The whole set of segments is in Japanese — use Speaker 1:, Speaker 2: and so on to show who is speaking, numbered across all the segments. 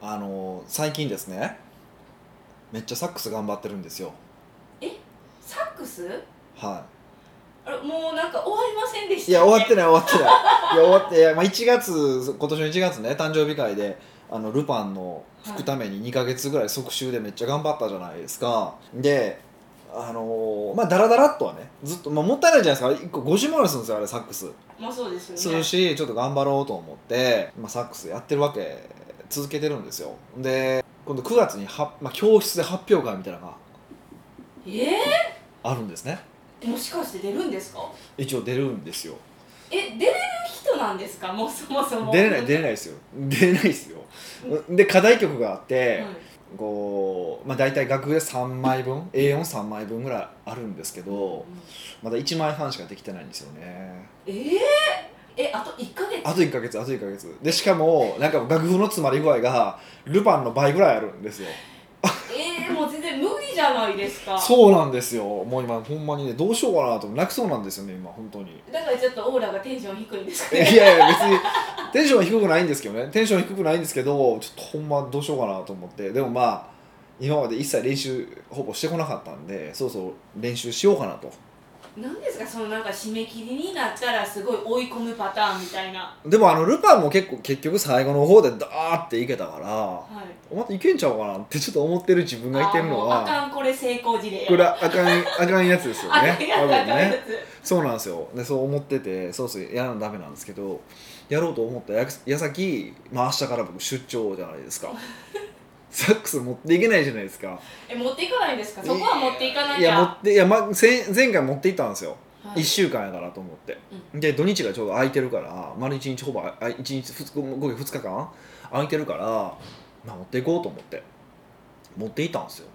Speaker 1: あの最近ですねめっちゃサックス頑張ってるんですよ
Speaker 2: サックス
Speaker 1: は
Speaker 2: あれもうなんか終わりませんでし
Speaker 1: い
Speaker 2: た
Speaker 1: いや終わって
Speaker 2: る
Speaker 1: ない終わってないいや終わっていや、まあ、1月今年の1月ね誕生日会であのルパンの吹くために2ヶ月ぐらい即習でめっちゃ頑張ったじゃないですかであのまあダラダラっとはねずっと、まあ、もったいないじゃないですか1個50万ぐらいするんですよあれサックス
Speaker 2: まあそうですよね
Speaker 1: するしちょっと頑張ろうと思って、まあ、サックスやってるわけ続けてるんですよで今度9月には、まあ、教室で発表会みたいなのが
Speaker 2: え
Speaker 1: あるんですね
Speaker 2: ー、もしかして出るんですか
Speaker 1: 一応出るんですよ
Speaker 2: え出れる人なんですかもうそもそも
Speaker 1: 出れない出
Speaker 2: れ
Speaker 1: れないですよ出れないですよで課題曲があって、
Speaker 2: はい
Speaker 1: こう、まあ、大体楽譜で3枚分 A43 枚分ぐらいあるんですけど
Speaker 2: うん
Speaker 1: まだ1枚半しかできてないんですよね
Speaker 2: えー、えあと1ヶ月
Speaker 1: あと1ヶ月あと1ヶ月でしかもなんか楽譜の詰まり具合がルパンの倍ぐらいあるんですよ
Speaker 2: えー、もう全然無理じゃないですか
Speaker 1: そうなんですよもう今ほんまにねどうしようかなと思って泣きそうなんですよね今本当に
Speaker 2: だからちょっとオーラがテンション低いんですか
Speaker 1: い
Speaker 2: ね
Speaker 1: やいや別にテンション低くないんですけどねテンション低くないんですけどちょっとほんまどうしようかなと思ってでもまあ今まで一切練習ほぼしてこなかったんでそうそう練習しようかなと
Speaker 2: なんですかそのなんか締め切りになったらすごい追い込むパターンみたいな
Speaker 1: でもあのルパンも結構結局最後の方でダーっていけたから
Speaker 2: はい
Speaker 1: またいけんちゃうかなってちょっと思ってる自分がいてるの
Speaker 2: あーもうあ
Speaker 1: は
Speaker 2: かんこれ成功事例
Speaker 1: これあかんあかんやつですよ
Speaker 2: あかん
Speaker 1: ね
Speaker 2: やつあかん
Speaker 1: 多分
Speaker 2: や
Speaker 1: ね
Speaker 2: つ
Speaker 1: そうなんですよでそう思っててそうそうやらなダメなんですけどやろうと思ったや矢先、まあ、明日から僕出張じゃないです かサックス持っていけないじゃないですか
Speaker 2: え持っていかないんですかそこは持っていかなきゃ
Speaker 1: いや持っていや、ま、前前回持っていったんですよ、
Speaker 2: は
Speaker 1: 一
Speaker 2: い
Speaker 1: 1週間やからと思って、
Speaker 2: う
Speaker 1: で土日がちょうど空いてるから丸1日ほぼあ1日2合計2日間空いてるから、まあ、持っていこうと思って持っていったんですよ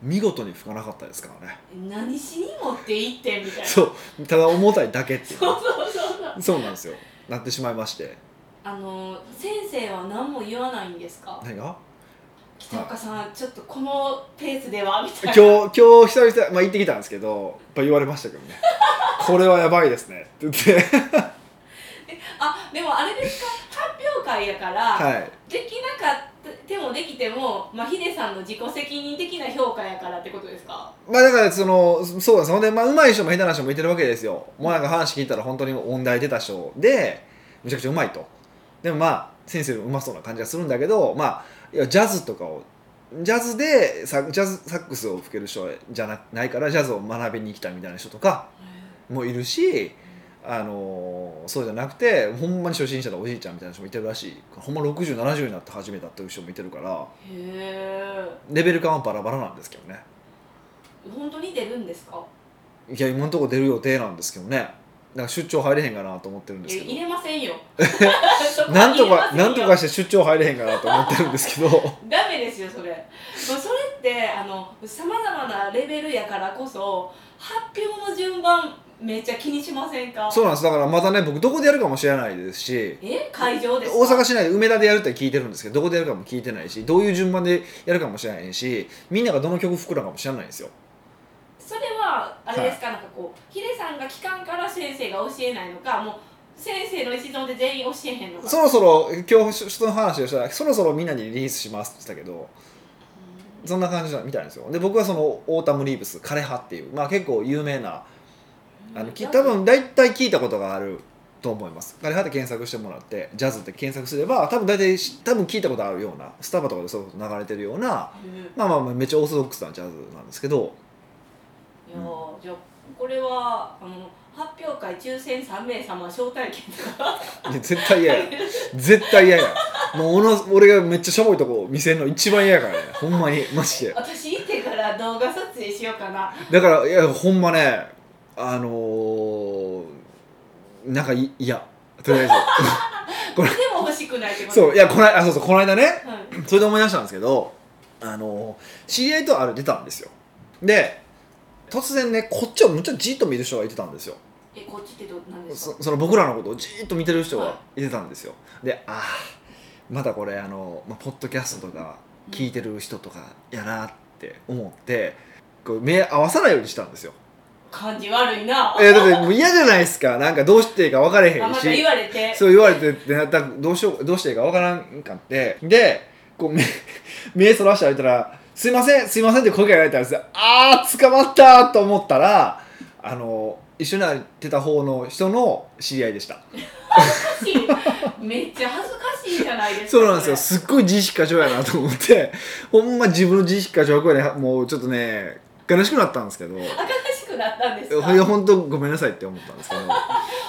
Speaker 1: 見事に吹かなかったですから ね
Speaker 2: 何しに持って行ってみたいなそう
Speaker 1: そうただ重たいだけっていう
Speaker 2: そうそうそう
Speaker 1: そうなんですよなってしまいまして
Speaker 2: あの先生は何も言わないんですか
Speaker 1: 何が
Speaker 2: 北岡さんちょっとこのペースではみたい
Speaker 1: 今
Speaker 2: な
Speaker 1: 日今日久々、まあ、行ってきたんですけどやっぱ言われましたけどねこれはやばいですねって言って
Speaker 2: あでもあれですか発表会やから、
Speaker 1: はい
Speaker 2: できなかったでもできても、まあ、ヒデさんの自己責任的な評価やからってことですか
Speaker 1: まあだからそのそうなんですほんで、まあ、上手い人も下手な人もいてるわけですよもうなんか話聞いたら本当に音大出た人でめちゃくちゃうまいとでもまあ先生もうまそうな感じがするんだけどまあいやジャズとかをジャズでサジャズサックスを吹ける人じゃなないからジャズを学びに来たみたいな人とかもいるしあのーそうじゃなくてほんまに初心者のおじいちゃんみたいな人もいてるらしいほんま6070になって始めたっていう人もいてるから
Speaker 2: へえ
Speaker 1: レベル感はバラバラなんですけどね
Speaker 2: 本当に出るんですか
Speaker 1: いや今のところ出る予定なんですけどねだから出張入れへんかなと思ってるんで
Speaker 2: い
Speaker 1: す
Speaker 2: や入
Speaker 1: け
Speaker 2: れませ んよそこ
Speaker 1: どな
Speaker 2: は
Speaker 1: んと
Speaker 2: 入れま
Speaker 1: か
Speaker 2: せよ
Speaker 1: なんとかして出張入れへんかなと思ってるんですけど
Speaker 2: ダメですよそれもうそれってあのさまざまなレベルやからこそ発表の順番めっちゃ気にしませんか
Speaker 1: そうなんですだからまたね僕どこでやるかもしれないですし
Speaker 2: え会場ですか
Speaker 1: 大阪市内で梅田でやるって聞いてるんですけどどこでやるかも聞いてないしどういう順番でやるかもしれないしみんながどの曲吹くのかも知らないんですよ
Speaker 2: それはあれですか、なんかこうヒデさんが期間から先生が教えないのかもう先生の一存で全員教えへんのか
Speaker 1: そろそろ今日人の話をしたらそろそろみんなにリリースしますって言ってたけど
Speaker 2: う
Speaker 1: そんな感じみたいなんですよで僕はそのオータム・リーブス枯葉っていう、まあ、結構有名なんあのき
Speaker 2: うん
Speaker 1: 多分大体聞いたことがあると思います。あれはて検索してもらってジャズって検索すれば多分大体し多分聞いたことあるようなスタバとかでそういうこと流れてるような
Speaker 2: うん
Speaker 1: まあまあまあめっちゃオーソドックスなジャズなんですけど
Speaker 2: いやーじゃあこれはあの発表会抽選3名様招待券と か
Speaker 1: いや絶対嫌や絶対嫌やもうおの俺がめっちゃしょぼいとこ見せるの一番嫌やからねほんまにマジで
Speaker 2: 私行ってから動画撮影しようかな
Speaker 1: だからいやほんまねあのー、なんかい嫌とりあえず
Speaker 2: でも欲しくないって こと
Speaker 1: そういやこないあそうそうこの間ね
Speaker 2: はい
Speaker 1: それで思い出したんですけどあの知り合いと歩いてたんですよで突然ねこっちをむっちゃじっと見る人がいてたんですよ
Speaker 2: えこっちってど何ですか
Speaker 1: そその僕らのことをじっと見てる人がいてたんですよでああまたこれあの、まあ、ポッドキャストとか聞いてる人とかやなって思ってこう目合わさないようにしたんですよ
Speaker 2: 感じ悪いなあ
Speaker 1: えだってもう嫌じゃないですかなんかどうしていいか分かれへ
Speaker 2: ま
Speaker 1: ん
Speaker 2: た
Speaker 1: し
Speaker 2: 言われて
Speaker 1: そう言われてってなったらどうしようどうしていいかわからんかってでこう目 目そらして歩いたら「すいませんすいません」って声かけられたんですよあー捕まったと思ったらあの一緒に歩いてた方の人の知り合いでした
Speaker 2: 恥ずかしいめっちゃ恥ずかしいじゃないですか
Speaker 1: そうなんですよすっごい自意識過剰やなと思って ほんま自分の自意識過剰声でもうちょっとね悲しくなったんですけど
Speaker 2: それ悲しくなったんですか
Speaker 1: いや本当ごめんなさいって思ったんですけど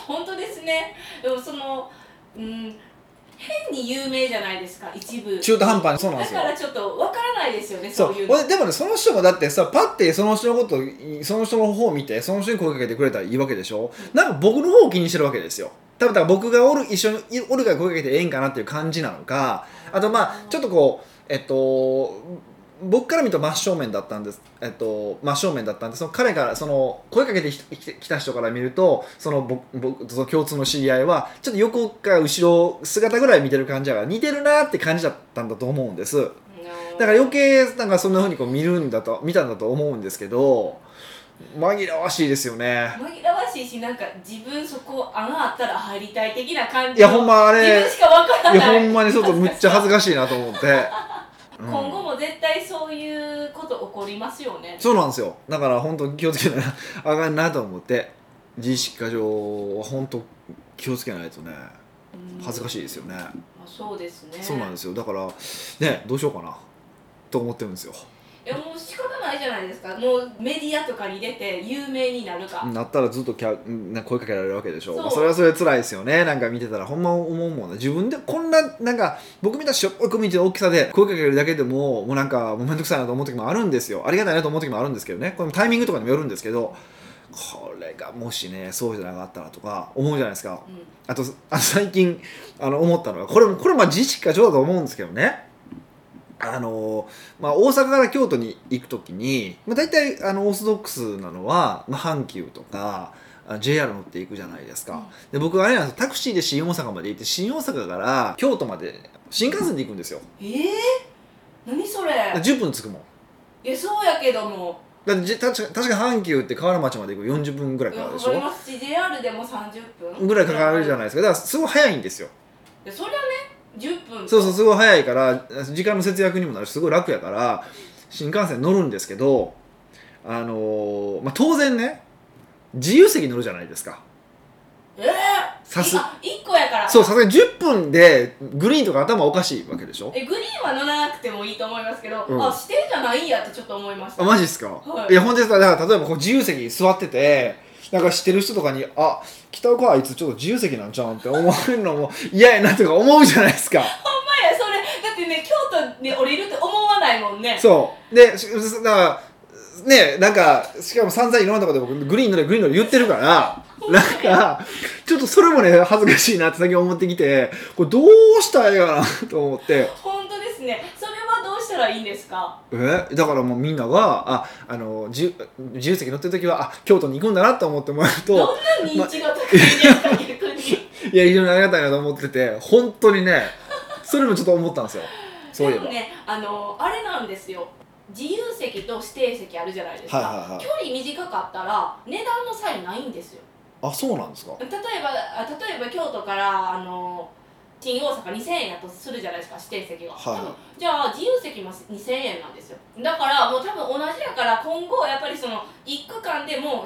Speaker 2: 本当ですねでもそのうん変に有名じゃないですか一部
Speaker 1: 中途半端にそうなんですよ
Speaker 2: だからちょっとわからないですよね
Speaker 1: そ
Speaker 2: そうういうの
Speaker 1: 俺でもねその人もだってさパッてその人のことその人の方を見てその人に声かけてくれたらいいわけでしょなんか僕の方を気にしてるわけですよ多分だから僕がおる一緒におるから声かけてええんかなっていう感じなのかあとまあちょっとこうえっと僕から見ると真正面だったんです、えっと、真正面だったんでその彼からその声かけてきてきた人から見るとその僕僕その共通の知り合いはちょっと横か後ろ姿ぐらい見てる感じだから似てるなって感じだったんだと思うんです
Speaker 2: うん
Speaker 1: だから余計なんかそんな風にこう見るんだと見たんだと思うんですけど紛らわしいですよね
Speaker 2: 紛らわしいしなんか自分そこ穴あったら入りたい的な感
Speaker 1: い
Speaker 2: じ
Speaker 1: や
Speaker 2: の
Speaker 1: ほんまあ
Speaker 2: 自
Speaker 1: れ
Speaker 2: 分しかわから
Speaker 1: いや
Speaker 2: ない
Speaker 1: ほんまにちょっとむっちゃ恥ずかしいなと思って、うん
Speaker 2: 今後も絶対そういうこと起こりますよね
Speaker 1: そうなんですよだから本当に気をつけないあかんなと思って自意識過剰は本当気をつけないとね恥ずか
Speaker 2: しい
Speaker 1: しいですよね、
Speaker 2: そうですね
Speaker 1: そうなんですよだからねどうしようかなと思ってるんですよ
Speaker 2: いやもう仕方ないじゃないですかもうメディアとかに出て有名になるか、
Speaker 1: なったらずっとキャな声かけられるわけでしょ
Speaker 2: そう
Speaker 1: そそれはそれで辛いですよねなんか見てたらほんま思うもんな自分でこんななんか僕みたいなしょっぽいコミュニティの大きさで声かけるだけでももうなんかもうめんどくさいなと思う時もあるんですよありがたいなと思う時もあるんですけどねこのタイミングとかにもよるんですけどこれがもしねそうじゃなかったらとか思うじゃないですか
Speaker 2: うん
Speaker 1: あとあ最近あの思ったのはこれもこれまあ自意識過剰だと思うんですけどねあの、まあ、大阪から京都に行く時に、まあ、大体あのオーソドックスなのは、まあ、阪急とかあ JR 乗っていくじゃないですか、
Speaker 2: うん
Speaker 1: で僕あれなんですよタクシーで新大阪まで行って新大阪から京都まで新幹線で行くんですよ
Speaker 2: えー、何それ
Speaker 1: 10分着くもん
Speaker 2: いやそうやけども
Speaker 1: だってじ確か確か阪急って河原町まで行く40分ぐらいかかるでし
Speaker 2: わかり
Speaker 1: ょ
Speaker 2: ますし JR でも30分
Speaker 1: ぐらいかかるじゃ
Speaker 2: い
Speaker 1: ないですかだからすごい早いんですよ
Speaker 2: やそりゃね10分
Speaker 1: そうそうすごい早いから時間の節約にもなるしすごい楽やから新幹線乗るんですけど、あのーまあ、当然ね自由席乗るじゃないですか
Speaker 2: ええ
Speaker 1: さす
Speaker 2: あ1個やから
Speaker 1: そうさすがに10分でグリーンとか頭おかしいわけでしょ
Speaker 2: えグリーンは乗らなくてもいいと思いますけど、
Speaker 1: うん
Speaker 2: あ指定じゃないんやってちょっと思いました
Speaker 1: あマジっすか、
Speaker 2: はい
Speaker 1: い、やほんとですかだから例えばこう自由席座っててなんか知ってる人とかに「あ北岡あいつちょっと自由席なんちゃうん?」って思われるのも嫌やなとか思うじゃないですか
Speaker 2: 前やそれだってね京都で降りるって思わないもんね
Speaker 1: そうでしだからねなんかしかも散々いろんなとこで僕グリーン乗れグリーン乗れ言ってるからなんかちょっとそれもね恥ずかしいなって最近思ってきてこれどうしたらいいかなと思って
Speaker 2: 本当ですねそれはどうしたらいいんですか
Speaker 1: えだからもうみんながああの自由自由席乗ってる時はあ京都に行くんだなと思ってもらう
Speaker 2: ど
Speaker 1: と
Speaker 2: んな認知が高いですか、逆に
Speaker 1: いや非常にありがたいなと思ってて本当にねそれもちょっと思ったんですよそういえ
Speaker 2: で
Speaker 1: ば、
Speaker 2: もねあのあれなんですよ自由席と指定席あるじゃないですか、
Speaker 1: はいはいはい
Speaker 2: 距離短かったら値段の差異ないんですよ
Speaker 1: あそうなんですか
Speaker 2: 例えばあ例えば京都からあの新大阪2000円だとするじゃないですか指定席が、
Speaker 1: はいはい
Speaker 2: 多分じゃあ自由席も2000円なんですよだからもう多分同じやから今後やっぱりその1区間でも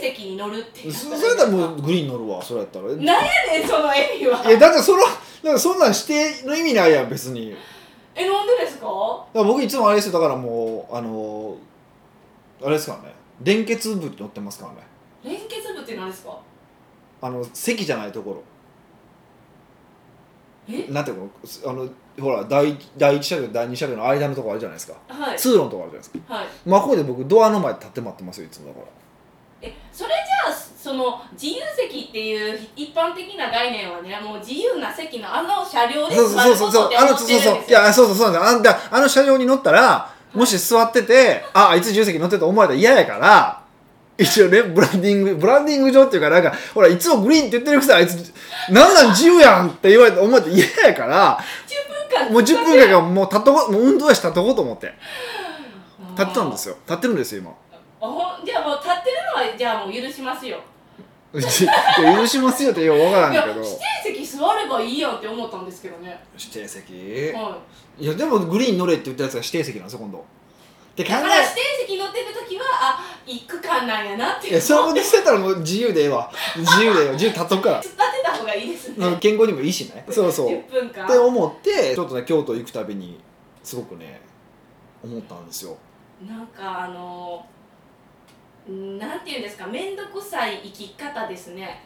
Speaker 2: 指定席に乗るっていう
Speaker 1: そそれやったらもうグリーン乗るわそれやったら
Speaker 2: なんやねんその意味はい
Speaker 1: やだってそのだからそんなん指定の意味ないやん別にだか
Speaker 2: えなんでですから
Speaker 1: 僕いつもあれですよだからもうあのあれですからね連結部って乗ってますからね
Speaker 2: 連結部って何ですか
Speaker 1: あの席じゃないとこ
Speaker 2: え
Speaker 1: ろなんていうのあのほら第第一車両第二車両の間のとこあるじゃないですか
Speaker 2: はい
Speaker 1: 通路のとこあるじゃないですか
Speaker 2: はい
Speaker 1: まあここで僕ドアの前立って待ってますよいつもだから
Speaker 2: えそれじゃあその自由席っていう一般的な概念はねもう自由な席のあの車両で
Speaker 1: そう
Speaker 2: 座
Speaker 1: そう
Speaker 2: る
Speaker 1: そ
Speaker 2: こ
Speaker 1: うそ
Speaker 2: と
Speaker 1: う
Speaker 2: って
Speaker 1: あ
Speaker 2: 思
Speaker 1: の
Speaker 2: っ
Speaker 1: そう
Speaker 2: てる
Speaker 1: そうそ
Speaker 2: んです
Speaker 1: う
Speaker 2: よ
Speaker 1: いやそうそうそうなんですよあんだあの車両に乗ったらもし座っててああいつ重席乗ってて思われたら嫌やから一応ねブランディングブランディング上っていうかなんかほらいつもグリーンって言ってるくせにあいつなんなん自由やんって言われて思われたら嫌やから
Speaker 2: 10分間
Speaker 1: もう10分間がもう立っとこもう運動やし立っとこうと思って立ってたんです
Speaker 2: よ
Speaker 1: よ立ってるんですよ今
Speaker 2: じゃあもう立ってるのはじゃあもう許しますよ
Speaker 1: うちいや許しますよってよう分からん
Speaker 2: いや
Speaker 1: け
Speaker 2: 指
Speaker 1: ど
Speaker 2: 定席座ればいいやんって思ったんですけどね、
Speaker 1: 指定席
Speaker 2: はい
Speaker 1: やでもグリーン乗れって言ったやつが指定席なんですよ今度って
Speaker 2: い、
Speaker 1: 考
Speaker 2: だから指
Speaker 1: え
Speaker 2: 定席乗ってる時はあ一区間なんやなってい
Speaker 1: いうやそういう
Speaker 2: の
Speaker 1: こ
Speaker 2: を
Speaker 1: としてたらもう自由でええわ自由でええわ自由立っとくか
Speaker 2: 突っ立てた方がいいですね、
Speaker 1: ら健康にもいいしねそうそう
Speaker 2: 10分間
Speaker 1: って思ってちょっとね京都行くたびにすごくね思ったんですよ
Speaker 2: なんかあのなんていうんですか面倒くさい生き方ですね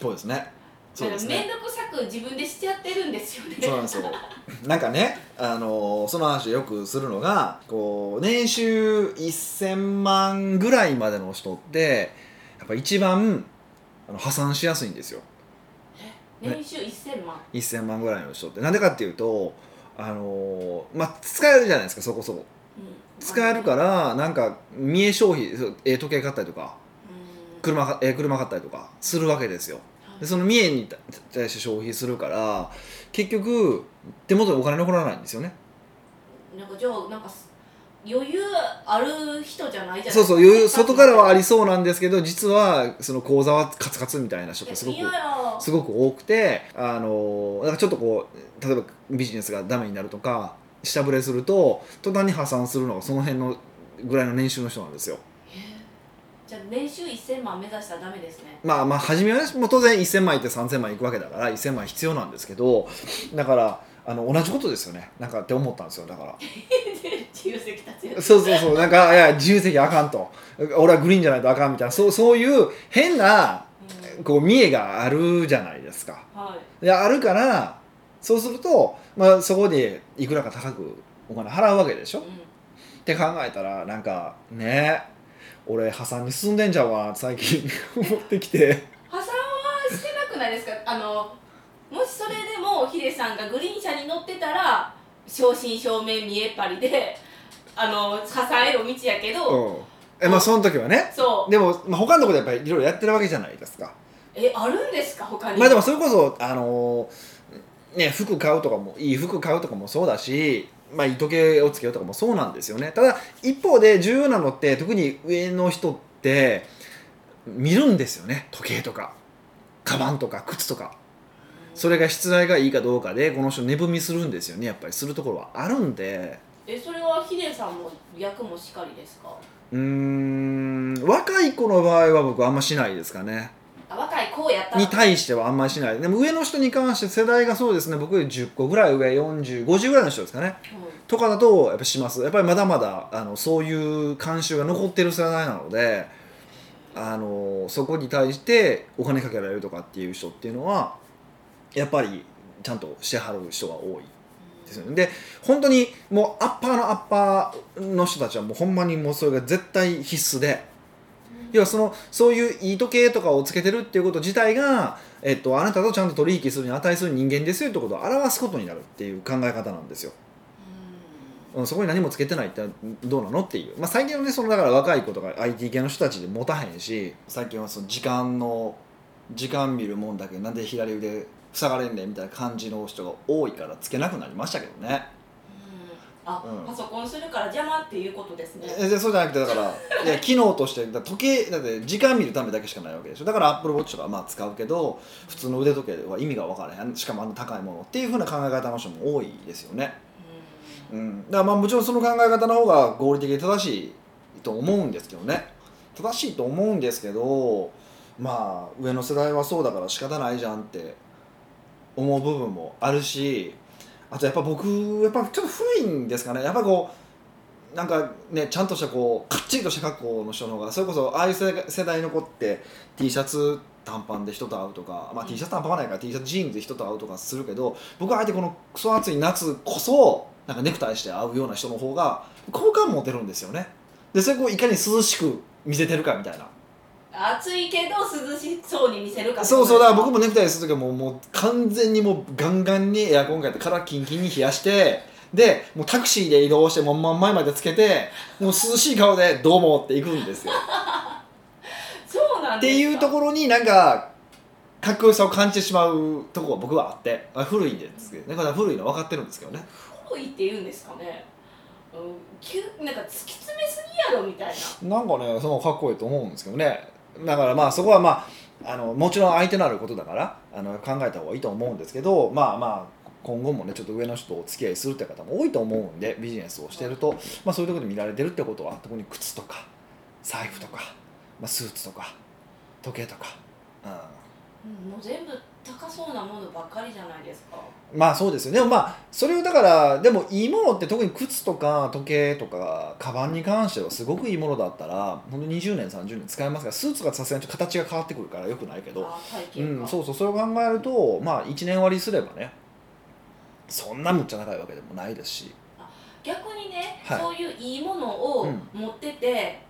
Speaker 1: そうですねそうです
Speaker 2: 面
Speaker 1: ね
Speaker 2: 倒くさく自分でしちゃってるんですよね
Speaker 1: そうなんですよなんかね、あのーその話をよくするのがこう年収1000万ぐらいまでの人ってやっぱ一番あの破産しやすいんですよ
Speaker 2: 年収1000万
Speaker 1: 1000万ぐらいの人ってなんでかっていうとあのーまあ使えるじゃないですかそこそこ
Speaker 2: うん
Speaker 1: 使えるからなんか見え消費そうええ時計買ったりとか
Speaker 2: うん
Speaker 1: 車かええ車買ったりとかするわけですよでその三重にた対して消費するから結局手元にお金残らないんですよね
Speaker 2: なんかじゃあなんかす余裕ある人じゃないじゃない
Speaker 1: そうそういう外からはあり
Speaker 2: す
Speaker 1: そうなんですけど実はその口座はカツカツみたいな人がすごく
Speaker 2: いやいや
Speaker 1: すごく多くてあのなんかちょっとこう例えばビジネスがダメになるとか下振れすると途端に破産するのがその辺のぐらいの年収の人なんですよ
Speaker 2: じゃあ年収1000万目指したらダメです ね
Speaker 1: まあまあ初めはねもう当然1000万いって3000万いくわけだから1000万必要なんですけどだからあの同じことですよねなんかって思ったんですよだから
Speaker 2: 自由席立つやつ
Speaker 1: そうそうそうなんかいや自由席あかんと俺はグリーンじゃないとあかんみたいなそうそういう変な
Speaker 2: うん
Speaker 1: こう見栄があるじゃないですか
Speaker 2: はい
Speaker 1: であるからそうすると、まあ、そこでいくらか高くお金払うわけでしょ
Speaker 2: う
Speaker 1: って考えたらなんかね俺破産に進んでんじゃうかなって最近 思ってきて
Speaker 2: ん破産はしてなくないですかあのもしそれでもヒデさんがグリーン車に乗ってたら正真正銘見えっぱりであの破産への道やけど、
Speaker 1: うんえまあその時はね
Speaker 2: そう
Speaker 1: でも、まあ、他のところでやっぱりいろいろやってるわけじゃないですか
Speaker 2: えあるんですか他に
Speaker 1: まあでもそれこそあのーね服買うとかもいい服買うとかもそうだしまあいい時計をつけようとかもそうなんですよねただ一方で重要なのって特に上の人って見るんですよね時計とかカバンとか靴とかそれが質材がいいかどうかでこの人値踏みするんですよねやっぱりするところはあるんで
Speaker 2: えそれはヒデさんも役もしかりですか
Speaker 1: うーん若い子の場合は僕あんましないですかね
Speaker 2: あ若い子やったら
Speaker 1: に対してはあんまりしないでも上の人に関して世代がそうですね僕より10個ぐらい上4050ぐらいの人ですかね
Speaker 2: う
Speaker 1: とかだとやっぱしますやっぱりまだまだあのそういう慣習が残ってる世代なのであのそこに対してお金かけられるとかっていう人っていうのはやっぱりちゃんとしてはる人が多い
Speaker 2: ん
Speaker 1: ですよねで本当にもうアッパーのアッパーの人たちはもうほんまにもうそれが絶対必須で
Speaker 2: うん
Speaker 1: 要はそのそういういい時計とかをつけてるっていうこと自体が、えっと、あなたとちゃんと取引するに値する人間ですよってことを表すことになるっていう考え方なんですよ。うんそこに何もつけてないってどうなのっていう、まあ、最近はねそのだから若い子とか IT 系の人たちで持たへんし最近はその時間の時間見るもんだけどなんで左腕塞がれんねんみたいな感じの人が多いからつけなくなりましたけどね
Speaker 2: うんあ、
Speaker 1: うん
Speaker 2: パソコンするから邪魔っていうことですね
Speaker 1: えでそうじゃなくてだからいや機能としてだから時計だって時間見るためだけしかないわけでしょだからアップルウォッチとかはまあ使うけど普通の腕時計は意味が分からへんしかもあの高いものっていうふうな考え方の人も多いですよね
Speaker 2: うん
Speaker 1: うん、だからまあもちろんその考え方の方が合理的で正しいと思うんですけどね正しいと思うんですけどまあ上の世代はそうだから仕方ないじゃんって思う部分もあるしあとやっぱ僕やっぱちょっと古いんですかねやっぱこうなんかねちゃんとしたこうかっちりとした格好の人の方がそれこそああいう世代世代の子って T シャツ短パンで人と会うとか、まあ、T シャツ短パンはないから T シャツジーンズで人と会うとかするけど僕はあえてこのクソ暑い夏こそなんかネクタイして会うような人の方が好感持てるんですよねでそれをこういかに涼しく見せてるかみたいな
Speaker 2: 暑いけど涼しそうに見せるか
Speaker 1: そうそうだから僕
Speaker 2: も
Speaker 1: もネクタイする時はもうもう完全にもうガンガンにエアコンかけてからキンキンに冷やしてでもうタクシーで移動してもうまん前までつけてでも涼しい顔で「どうも」って行くんですよ
Speaker 2: そうなん
Speaker 1: っ
Speaker 2: です
Speaker 1: て
Speaker 2: か
Speaker 1: いうところになんかかっこよさを感じてしまうとこは僕はあってあ古いんですけどねこれは古いのは分かってるんですけどね
Speaker 2: 行為って言うんですかね、うん、急なんか突き詰めすぎやろみたいな
Speaker 1: なんかねそのかっこいいと思うんですけどねだからまあそこはまああのもちろん相手のあることだからあの考えた方がいいと思うんですけどまあまあ今後もねちょっと上の人とお付き合いするって方も多いと思うんでビジネスをしてると、まあ、そういうところで見られてるってことは特に靴とか財布とか、まあ、スーツとか時計とか、
Speaker 2: うんもう全部高そうなものばっかりじゃないですか
Speaker 1: うん、まあそうですよねでもまあそれをだからでもいいものって特に靴とか時計とかカバンに関してはすごくいいものだったらほんと20年30年使えますからスーツがさすがにちょっと形が変わってくるからよくないけど
Speaker 2: あー体型
Speaker 1: うん、
Speaker 2: が
Speaker 1: そうそうそれを考えるとまあ1年割りすればねそんなむっちゃ高いわけでもないですし、
Speaker 2: 逆にね、
Speaker 1: はい
Speaker 2: そういういいものを
Speaker 1: うん
Speaker 2: 持ってて、例え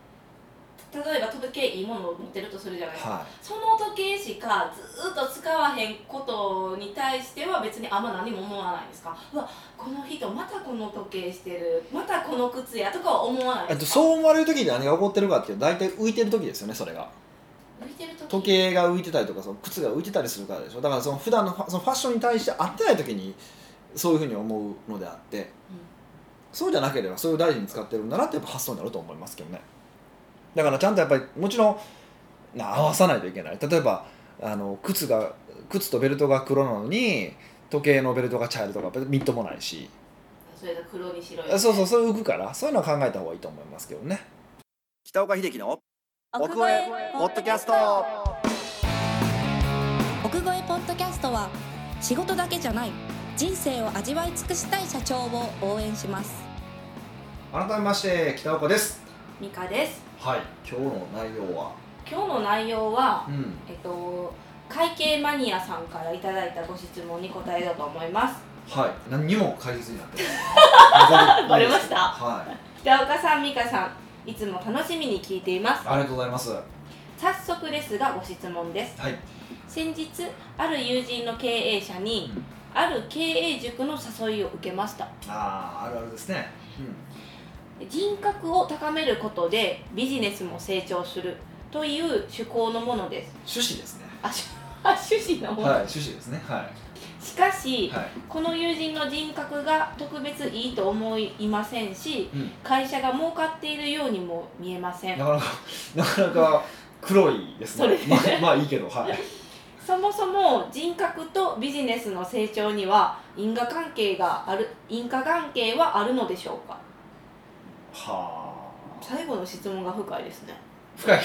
Speaker 2: ば時計いいものを持ってるとするじゃないですか、
Speaker 1: は
Speaker 2: その時計しかずーっと使わへんことに対しては別にあんま何も思わないんですかうわこの人またこの時計してるまたこの靴やとかは思わない
Speaker 1: い、え
Speaker 2: で
Speaker 1: っと
Speaker 2: すか
Speaker 1: そう思われる時に何が起こってるかっていうと大体浮いてる時ですよねそれが
Speaker 2: 浮いてる時
Speaker 1: 時計が浮いてたりとかその靴が浮いてたりするからでしょだからその普段のファそのファッションに対して合ってない時にそういうふうに思うのであって、そうじゃなければそれを大事に使ってるんだなってやっぱ発想になると思いますけどねだからちゃんとやっぱりもちろんな合わさないといけない例えばあの靴が靴とベルトが黒なのに時計のベルトが茶色とかみっともないし
Speaker 2: それが黒に白い
Speaker 1: そうそうそう浮くからそういうのは考えた方がいいと思いますけどね北岡秀樹の奥越えポッドキャスト
Speaker 3: 奥越えポッドキャストは仕事だけじゃない人生を味わい尽くしたい社長を応援します
Speaker 1: 改めまして北岡です
Speaker 2: ミカです
Speaker 1: はい今日の内容は
Speaker 2: 今日の内容は
Speaker 1: う、ん
Speaker 2: えっと、会計マニアさんからいただいたご質問に答えようと思います
Speaker 1: はい何にも解説になって な
Speaker 2: バレました
Speaker 1: はい
Speaker 2: 北岡さん美香さんいつも楽しみに聞いています
Speaker 1: ありがとうございますは
Speaker 2: 早速ですがご質問です
Speaker 1: い
Speaker 2: 先日ある友人の経営者にある経営塾の誘いを受けました
Speaker 1: あああるあるですね、
Speaker 2: 人格を高めることでビジネスも成長するという趣向のものです
Speaker 1: 趣旨ですね
Speaker 2: あしあ趣旨のもの、
Speaker 1: はい趣旨ですねは
Speaker 2: しか
Speaker 1: い
Speaker 2: し
Speaker 1: はい、
Speaker 2: この友人の人格が特別いいと思いませんし
Speaker 1: うん、
Speaker 2: 会社が儲かっているようにも見えません
Speaker 1: なか なかなかなか黒いです
Speaker 2: それ
Speaker 1: ねまあまあいいけどはい
Speaker 2: そもそも人格とビジネスの成長には因果関係がある因果関係はあるのでしょうか
Speaker 1: はあ
Speaker 2: 最後の質問が深いですね
Speaker 1: 深い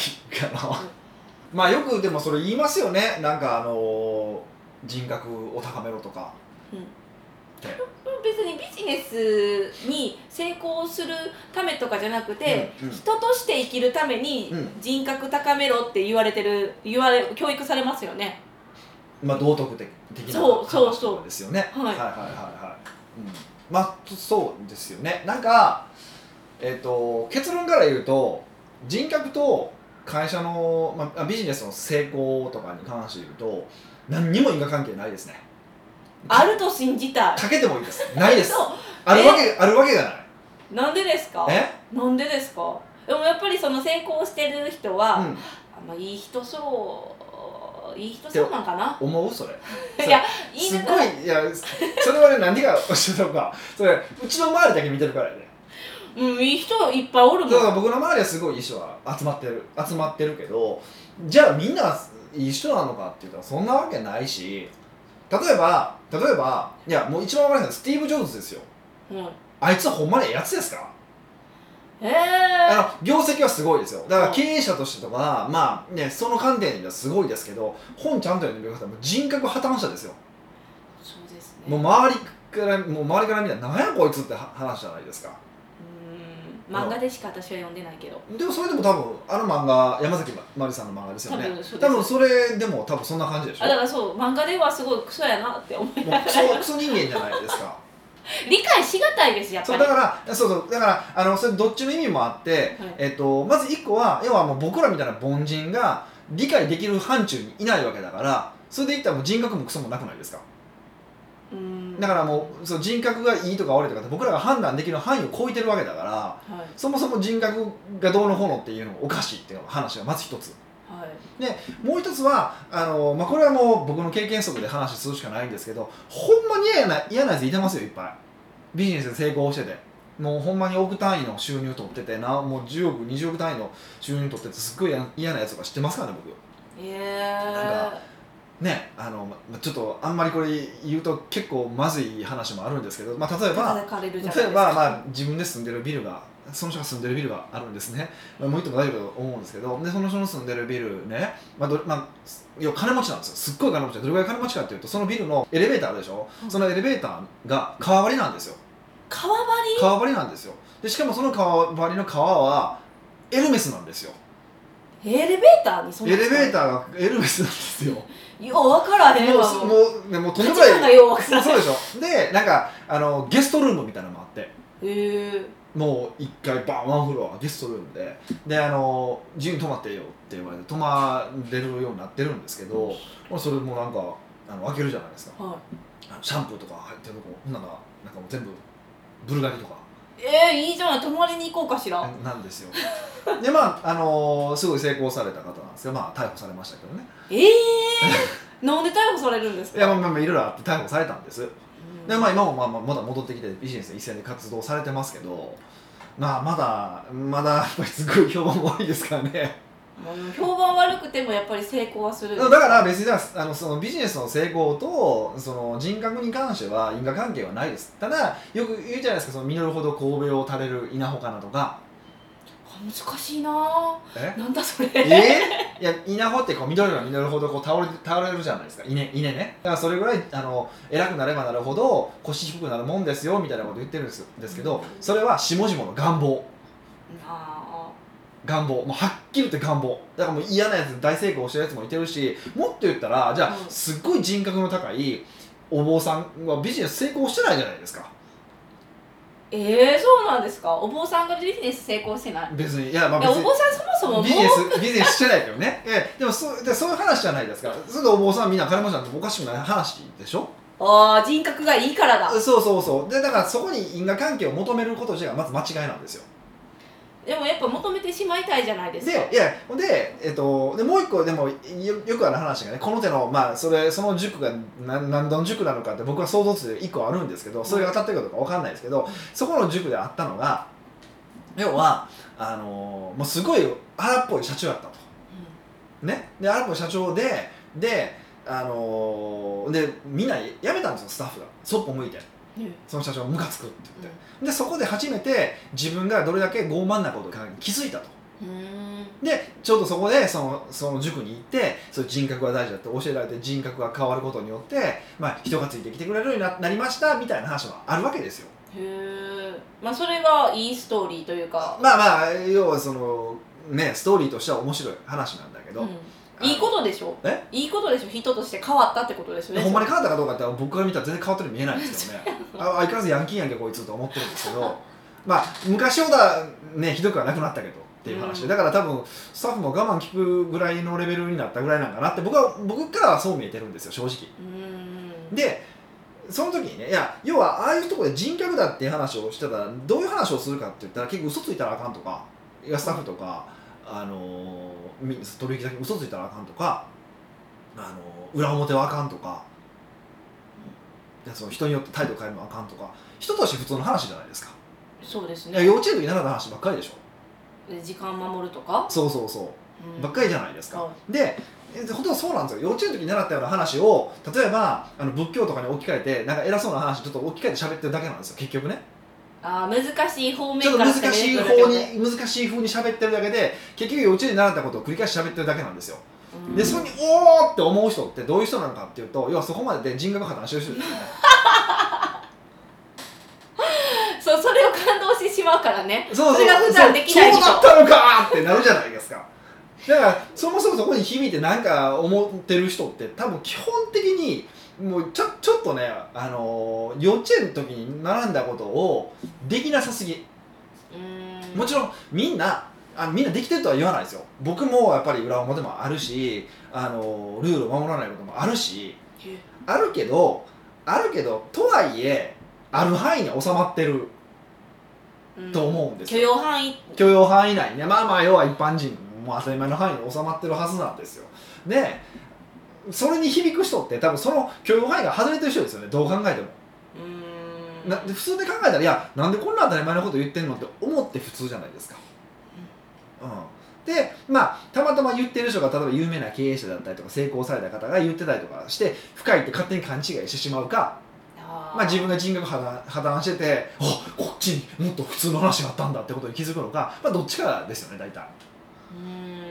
Speaker 1: かなまあよくでもそれ言いますよねなんかあのー人格を高めろとか
Speaker 2: 別にビジネスに成功するためとかじゃなくて、
Speaker 1: うんうん
Speaker 2: 人として生きるために
Speaker 1: うん
Speaker 2: 人格高めろって言われてる言われ教育されますよね
Speaker 1: まあ道徳的的な
Speaker 2: そうそうそう
Speaker 1: 話ですよね
Speaker 2: はい
Speaker 1: はいはいはいはい、うん、まあそそうですよねなんかえっ、と結論から言うと人格と会社の、まあ、ビジネスの成功とかに関して言うと何にも因果関係ないですね
Speaker 2: あると信じたい
Speaker 1: かけてもいいですない です
Speaker 2: そ
Speaker 1: あるわけあるわけがない
Speaker 2: うんなんでですか
Speaker 1: え、
Speaker 2: なんでですかでもやっぱりその成功してる人は、
Speaker 1: うん、
Speaker 2: あんまいい人そういい人そうなんかな
Speaker 1: 思うそれ
Speaker 2: いやいい
Speaker 1: す
Speaker 2: な
Speaker 1: っごいいやそれはね何がおっしゃったのかそれうちの周りだけ見てるからやね
Speaker 2: うんいい人いっぱいおるもん
Speaker 1: だから僕の周りはすごいいい人は集まってる集まってるけどじゃあみんないい人なのかって言ったらそんなわけないし例えば例えばいやもう一番分かりやすいのはスティーブ・ジョブズですよ
Speaker 2: うん、
Speaker 1: あいつはほんまにええやつですから
Speaker 2: えー、
Speaker 1: あの業績はすごいですよだから経営者としてとかまあねその観点ではすごいですけど本ちゃんと読んでみる方もう人格破綻者ですよ
Speaker 2: そうですね
Speaker 1: もう周りからもう周りから見たらなんやこいつって話じゃないですか
Speaker 2: うん漫画でしか私は読んでないけど
Speaker 1: でもそれでも多分あの漫画山崎まりさんの漫画ですよね
Speaker 2: 多分そうです
Speaker 1: 多分それでも多分そんな感じでしょ
Speaker 2: あだからそう漫画ではすごいクソやなって思い
Speaker 1: もうクソクソ人間じゃないですか
Speaker 2: 理解しがたいですやっ
Speaker 1: そ
Speaker 2: ぱ
Speaker 1: う
Speaker 2: り
Speaker 1: だからそうそうだからあのそれどっちの意味もあって、
Speaker 2: はい
Speaker 1: えっと、まず1個は要はもう僕らみたいな凡人が理解できる範疇にいないわけだからそれでいったらもう人格もクソもなくないですか
Speaker 2: うん
Speaker 1: だからもうそう人格がいいとか悪いとかって僕らが判断できる範囲を超えてるわけだから
Speaker 2: らはい
Speaker 1: そもそも人格がどうのこうのっていうのもおかしいっていう話がまず一つ
Speaker 2: はい
Speaker 1: もう一つはあの、まあ、これはもう僕の経験則で話するしかないんですけどほんまに嫌な嫌なやついてますよいっぱいビジネスで成功しててもうほんまに億単位の収入取っててなもう10億20億単位の収入取っててすっごいや嫌なやつとか知ってますからね僕
Speaker 2: え
Speaker 1: なん
Speaker 2: ー、
Speaker 1: ねあのまちょっとあんまりこれ言うと結構まずい話もあるんですけど、まあ、例えば
Speaker 2: 叩かれるじゃないで
Speaker 1: 例
Speaker 2: す
Speaker 1: え
Speaker 2: か
Speaker 1: ば、まあ、自分で住んでるビルがその人が住んでるビルがあるんですね、まあ、もう言っても大丈夫だと思うんですけどでその人の住んでるビルね、まあどまあ、いや金持ちなんですよすっごい金持ちでどれぐらい金持ちかっていうとそのビルのエレベーターあるでしょ、
Speaker 2: うん
Speaker 1: そのエレベーターが川張りなんですよ
Speaker 2: 川張り
Speaker 1: 川張りなんですよでしかもその川張りの川はエルメスなんですよ
Speaker 2: エレベーターにそ
Speaker 1: エレベー
Speaker 2: タ
Speaker 1: ターがエルメスなんですよも
Speaker 2: ーよう分からへんわ
Speaker 1: う
Speaker 2: う
Speaker 1: もうねもうとんで
Speaker 2: 価
Speaker 1: もな
Speaker 2: 値
Speaker 1: い
Speaker 2: 観 がよう分からへん
Speaker 1: そうでしょでなんかあのゲストルームみたいなのもあって
Speaker 2: へえ
Speaker 1: もう1回バーンワンフロアゲストルームでであの自由に泊まっていいよって言われて泊まれるようになってるんですけど、まあ、それもなんかあの開けるじゃないですか
Speaker 2: は
Speaker 1: あのシャンプーとか入ってるとこほんならなんかもう全部ブルガリとか
Speaker 2: いえー、いいじゃん泊まりに行こうかしら
Speaker 1: なんですよでまああのすごい成功された方なんですけどまあ逮捕されましたけどね
Speaker 2: ええ ー、なんで逮捕されるんです
Speaker 1: い
Speaker 2: か
Speaker 1: やまあまあまあいろいろあって逮捕されたんです
Speaker 2: うん
Speaker 1: でまあ、今もまあまあまだ戻ってきてビジネスで一斉に活動されてますけど、まあ、まだまだやっぱりすごい評判も悪いですからね
Speaker 2: もう評判悪くてもやっぱり成功はするんです
Speaker 1: だから別にだあのそのビジネスの成功とその人格に関しては因果関係はないですただよく言うじゃないですかその実るほど神戸を垂れる稲穂かなとか
Speaker 2: あ難しいなぁ
Speaker 1: え
Speaker 2: なんだそれ
Speaker 1: えいや稲穂ってこう緑が実るほどこう倒れ倒れるじゃないですか稲稲ねだからそれぐらいあの偉くなればなるほど腰低くなるもんですよみたいなこと言ってるんですですけどそれは下々の願望
Speaker 2: あ
Speaker 1: 願望もうはっきり言って願望だからもう嫌なやつ大成功してるやつもいてるしもっと言ったらじゃあ
Speaker 2: うん
Speaker 1: すっごい人格の高いお坊さんはビジネス成功してないじゃないですか
Speaker 2: えー、そうなんですかお坊さんがビジネス成功してない
Speaker 1: 別にいやまあ
Speaker 2: いや
Speaker 1: 別
Speaker 2: お
Speaker 1: に
Speaker 2: 坊さんそもそも
Speaker 1: ビジネスビジネスしてないけどねええでもそうでそういう話じゃないですかそれでお坊さんみんな金持ちなんておかしくない話でしょ
Speaker 2: ああ人格がいいからだ
Speaker 1: そうそうそうでだからそこに因果関係を求めること自体がまず間違いなんですよ
Speaker 2: でもやっぱ求めてしまいたいじゃないですか
Speaker 1: でいやほんで,、えっと、でもう一個でもよよくある話がねこの手の,、まあ、それその塾が何何の塾なのかって僕は想像する一個あるんですけどそれが当たってるかどうかわかんないですけど、そこの塾であったのが要はあのもうすごい荒っぽい社長やったと。ね、で荒っぽい社長でで,、あのでみんな辞めたんですよスタッフがそっぽ向いて
Speaker 2: うんうん
Speaker 1: その社長ムカつくって言って、でそこで初めて自分がどれだけ傲慢なことかに気づいたと。
Speaker 2: うん
Speaker 1: でちょうどそこでそのその塾に行ってそういう人格が大事だって教えられて人格が変わることによって、まあ、人がついてきてくれるようにななりましたみたいな話もあるわけですよ
Speaker 2: へえまあそれがいいストーリーというか、
Speaker 1: まあまあ要はそのねストーリーとしては面白い話なんだけど、
Speaker 2: うんいいことでしょ
Speaker 1: え
Speaker 2: いいことでしょ人として変わったってことですよね
Speaker 1: ほんまに変わったかどうかって僕から見たら全然変わってるように見えないんです けどねあ相変わらずヤンキーやんけこいつと思ってるんですけどまあ昔ほどはねひどくはなくなったけどっていう話で、
Speaker 2: うん
Speaker 1: だから多分スタッフも我慢聞くぐらいのレベルになったぐらいなんかなって僕は僕からはそう見えてるんですよ正直。
Speaker 2: うん
Speaker 1: でその時にねいや要はああいうところで人格だっていう話をしてたらどういう話をするかって言ったら結構嘘ついたらあかんとかいやスタッフとか、あのーみ取引先に嘘ついたらあかんとか、あのー裏表はあかんとかいやその人によって態度変えるのはあかんとか人として普通の話じゃないですか
Speaker 2: そうです
Speaker 1: いや
Speaker 2: ね
Speaker 1: 幼稚園の時に習った話ばっかりでしょ
Speaker 2: で時間守るとか、
Speaker 1: そうそうそう
Speaker 2: うん
Speaker 1: ばっかりじゃないですか、
Speaker 2: は
Speaker 1: でえ本当はそうなんですよ幼稚園の時に習ったような話を例えばあの仏教とかに置き換えてなんか偉そうな話ちょっと置き換えて喋ってるだけなんですよ結局ね
Speaker 2: あー難しい方
Speaker 1: ちょ
Speaker 2: 面
Speaker 1: っと
Speaker 2: から
Speaker 1: 難
Speaker 2: 攻
Speaker 1: し
Speaker 2: め
Speaker 1: い
Speaker 2: てくる
Speaker 1: 方
Speaker 2: だけ
Speaker 1: に難しい風に喋ってるだけで結局幼稚園で習ったことを繰り返し喋ってるだけなんですよ
Speaker 2: うん
Speaker 1: でそれにおーって思う人ってどういう人なのかっていうと要はそこまでで人格破綻してる人ですよね
Speaker 2: そうそれを感動してしまうからね
Speaker 1: そうそう
Speaker 2: それが普段できない
Speaker 1: そ
Speaker 2: 人
Speaker 1: うそうだったのかーってなるじゃないですかだからそもそもそこに響いてなんか思ってる人って多分基本的にもうちょちょっとね、あのー幼稚園の時に学んだことをできなさすぎ
Speaker 2: うん
Speaker 1: もちろんみんなあみんなできてるとは言わないですよ僕もやっぱり裏表もあるし、あのールールを守らないこともあるし
Speaker 2: え
Speaker 1: あるけどあるけどとはいえある範囲に収まってる
Speaker 2: うん
Speaker 1: と思うんです
Speaker 2: 許
Speaker 1: よ
Speaker 2: 容範囲
Speaker 1: 許容範囲内ねまあまあ要は一般人も当たり前の範囲に収まってるはずなんですよでそれに響く人って多分その許容範囲が外れてる人ですよねどう考えても
Speaker 2: うーん
Speaker 1: なで普通で考えたらいやなんでこんな当たり前のこと言ってんのって思って普通じゃないですか、うん、でまあたまたま言ってる人が例えば有名な経営者だったりとか成功された方が言ってたりとかして深いって勝手に勘違いしてしまうか、
Speaker 2: あー
Speaker 1: まあ、自分が人格破綻破綻しててあこっちにもっと普通の話があったんだってことに気づくのか、まあ、どっちかですよね大体
Speaker 2: うーん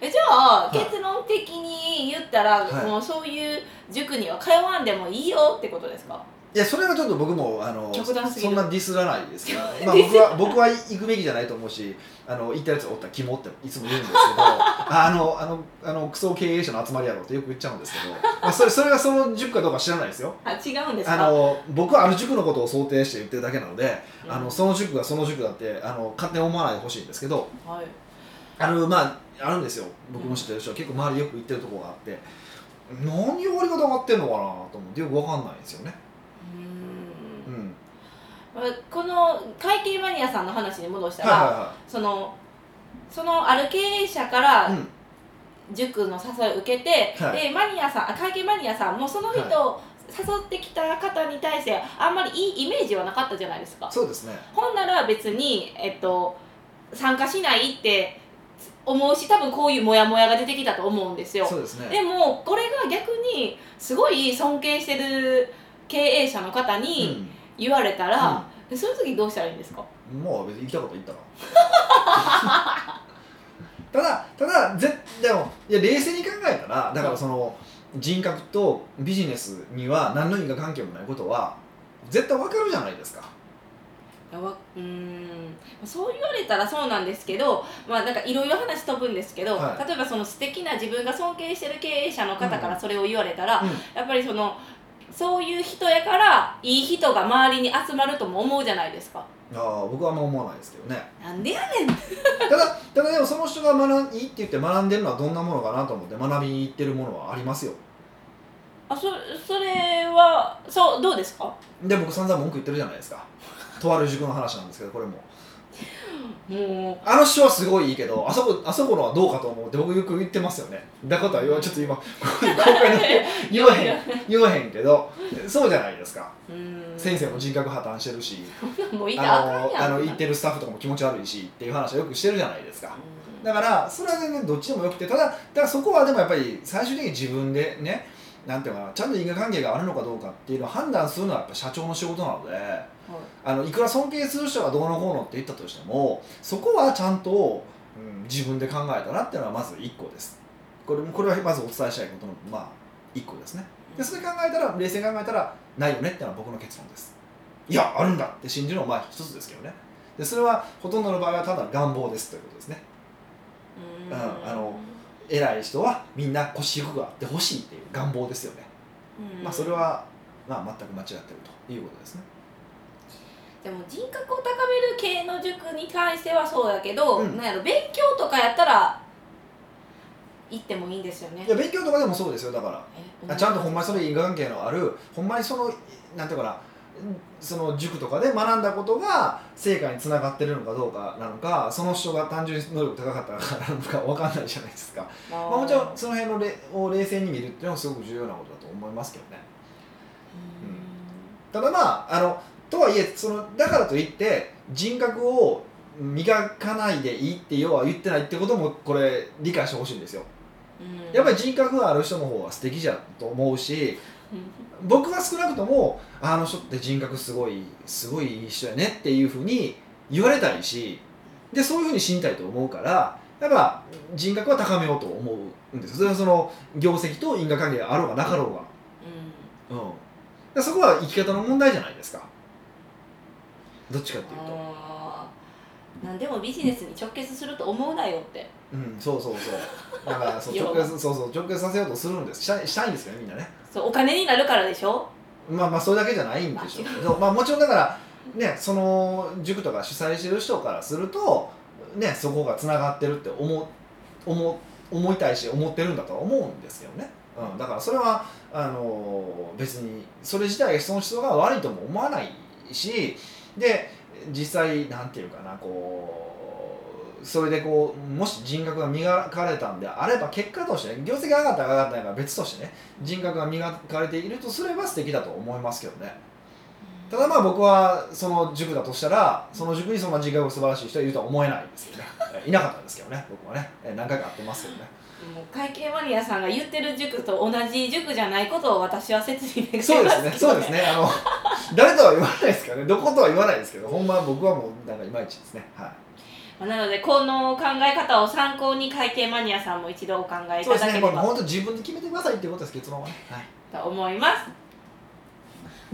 Speaker 2: えじゃあ、
Speaker 1: はい
Speaker 2: 結論的に言ったら、
Speaker 1: はい
Speaker 2: もうそういう塾には通わんでもいいよってことですか
Speaker 1: いやそれはちょっと僕もあの
Speaker 2: 極端すぎ
Speaker 1: そ
Speaker 2: る
Speaker 1: んなディスらない ですけど、まあ、僕は僕は行くべきじゃないと思うしあの行ったやつおったら肝っていつも言うん ですけどああのあのあのクソ経営者の集まりやろうってよく言っちゃうんですけど、まあ、それそれがその塾かどうか知らないですよ
Speaker 2: あ違うんです
Speaker 1: あ
Speaker 2: か
Speaker 1: の僕はある塾のことを想定して言ってるだけなので、
Speaker 2: うん
Speaker 1: あのその塾がその塾だってあの勝手に思わないでほしいんですけど
Speaker 2: はい、
Speaker 1: あのまああるんですよ僕の知ってる人は結構周りよく行ってるところがあって何終わり方上がってんのかなと思ってよく分かんないんですよね。
Speaker 2: うー
Speaker 1: うんん、
Speaker 2: まあこの会計マニアさんの話に戻した
Speaker 1: はい
Speaker 2: ら、
Speaker 1: はいはい
Speaker 2: そのそのある経営者から
Speaker 1: うん
Speaker 2: 塾の誘いを受けて、
Speaker 1: はい
Speaker 2: でマニアさんあ会計マニアさんもその人を誘ってきた方に対してあんまりいいイメージはなかったじゃないですか
Speaker 1: そうですね
Speaker 2: ほんなら別に、えっと、参加しないって思うし多分こういうモヤモヤが出てきたと思うんですよ
Speaker 1: そうですね
Speaker 2: でもこれが逆にすごい尊敬してる経営者の方に言われたら、そういう時どうしたらいいんですか
Speaker 1: うん、もう別に言いたいこと言ったなただただぜでもいや冷静に考えたらだからその人格とビジネスには何の因果関係もないことは絶対わかるじゃないですか
Speaker 2: やばうーんそう言われたらそうなんですけどまあなんかいろいろ話飛ぶんですけど、
Speaker 1: はい
Speaker 2: 例えばその素敵な自分が尊敬してる経営者の方か
Speaker 1: う
Speaker 2: らそれを言われたら、
Speaker 1: うん
Speaker 2: やっぱりそのそういう人やからいい人が周りに集まるとも思うじゃないですか
Speaker 1: ああ僕はあんま思わないですけどね
Speaker 2: なんでやねんって
Speaker 1: ただただでもその人が学んいいって言って学んでるのはどんなものかなと思って学びに行ってるものはありますよ
Speaker 2: あそそれはそうどうですか
Speaker 1: で僕散々文句言ってるじゃないですかとある塾の話なんですけどこれも
Speaker 2: も
Speaker 1: あの人はすごいいいけどあそこあそこのはどうかと思うって僕よく言ってますよねだことは言わちょっと今公開に 言わへん言わへんけどそうじゃないですか
Speaker 2: ううん
Speaker 1: 先生も人格破綻してるし
Speaker 2: もういい
Speaker 1: あ
Speaker 2: かあかん
Speaker 1: の
Speaker 2: や
Speaker 1: あ
Speaker 2: ん
Speaker 1: の言ってるスタッフとかも気持ち悪いしっていう話はよくしてるじゃないですか
Speaker 2: うん
Speaker 1: だからそれは全然どっちでもよくてただだからそこはでもやっぱり最終的に自分でねなんていうのかなちゃんと因果関係があるのかどうかっていうのを判断するのはやっぱ社長の仕事なので。
Speaker 2: はい
Speaker 1: あのいくら尊敬する人がどうのこうのって言ったとしてもそこはちゃんと、うん、自分で考えたらっていうのはまず1個ですこれこれはまずお伝えしたいことのまあ1個ですねでそれ考えたら冷静に考えたらないよねっていうのは僕の結論ですいやあるんだって信じるのはまあ一つですけどねでそれはほとんどの場合はただの願望ですということですね
Speaker 2: う
Speaker 1: う
Speaker 2: ん
Speaker 1: んあの偉い人はみんな腰低くあってほしいっていう願望ですよね、
Speaker 2: うん
Speaker 1: まあそれは、まあ、全く間違ってるということですね
Speaker 2: でも人格を高める系の塾に関してはそうだけど、
Speaker 1: うん
Speaker 2: なんやろ勉強とかやったら行ってもいいんですよね
Speaker 1: いや勉強とかでもそうですよだから
Speaker 2: え
Speaker 1: あちゃんとほんまにその因果関係のあるほんまにそのなんていうかなその塾とかで学んだことが成果につながってるのかどうかなのかその人が単純に能力高かったからなのか分かんないじゃないですか、
Speaker 2: まあ
Speaker 1: まあ、もちろんその辺のれを冷静に見るっていうのはすごく重要なことだと思いますけどねただまああのとはいえそのだからといって人格を磨かないでいいって要は言ってないってこともこれ理解してほしいんですよ
Speaker 2: うん
Speaker 1: やっぱり人格がある人の方は素敵じゃと思うし
Speaker 2: うん
Speaker 1: 僕は少なくともあの人って人格すごいすごいいい人やねっていうふうに言われたいしでそういうふうに死にたいと思うからやっぱ人格は高めようと思うんですよそれはその業績と因果関係があろうがなかろうが、うん、だからそこは生き方の問題じゃないですかどっちかっていうと、
Speaker 2: あーなんでもビジネスに直結すると思うなよって
Speaker 1: うん、そうそうそうだからそう
Speaker 2: 要は
Speaker 1: 直結そうそう直結させようとするんですしたいしたいんですよねみんなね
Speaker 2: そうお金になるからでしょ
Speaker 1: まあまあそれだけじゃないんでしょうけど、まあ、もちろんだからねその塾とか主催してる人からするとねそこがつながってるって思う思う思いたいし思ってるんだとは思うんですけどね、うん、だからそれはあの別にそれ自体がその人が悪いとも思わないしで実際なんていうかなこうそれでこうもし人格が磨かれたんであれば結果としてね業績が上がったか上がってないかは別としてね人格が磨かれているとすれば素敵だと思いますけどね、
Speaker 2: う
Speaker 1: ただまあ僕はその塾だとしたらその塾にそんな人格が素晴らしい人いるとは思えないんです けどねえいなかったんですけどね僕はねえ何回か会ってますけどね
Speaker 2: もう会計マニアさんが言ってる塾と同じ塾じゃないことを私は説明でき
Speaker 1: そうですね、そうですね、あの 誰とは言わないですからね、どことは言わないですけど、ほんま僕はもうなんかいまいちですね。はい。
Speaker 2: なのでこの考え方を参考に会計マニアさんも一度お考えい
Speaker 1: そう
Speaker 2: た
Speaker 1: ですね、
Speaker 2: だけれ
Speaker 1: もう
Speaker 2: ば
Speaker 1: 本当自分で決めてくださいっていうことです結論はね。はい。
Speaker 2: と思います。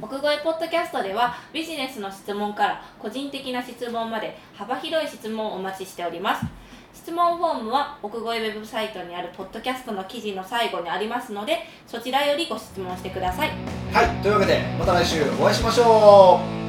Speaker 2: 奥越ポッドキャストではビジネスの質問から個人的な質問まで幅広い質問をお待ちしております。質問フォームは奥越ウェブサイトにあるポッドキャストの記事の最後にありますのでそちらよりご質問してください。
Speaker 1: はい、というわけでまた来週お会いしましょう。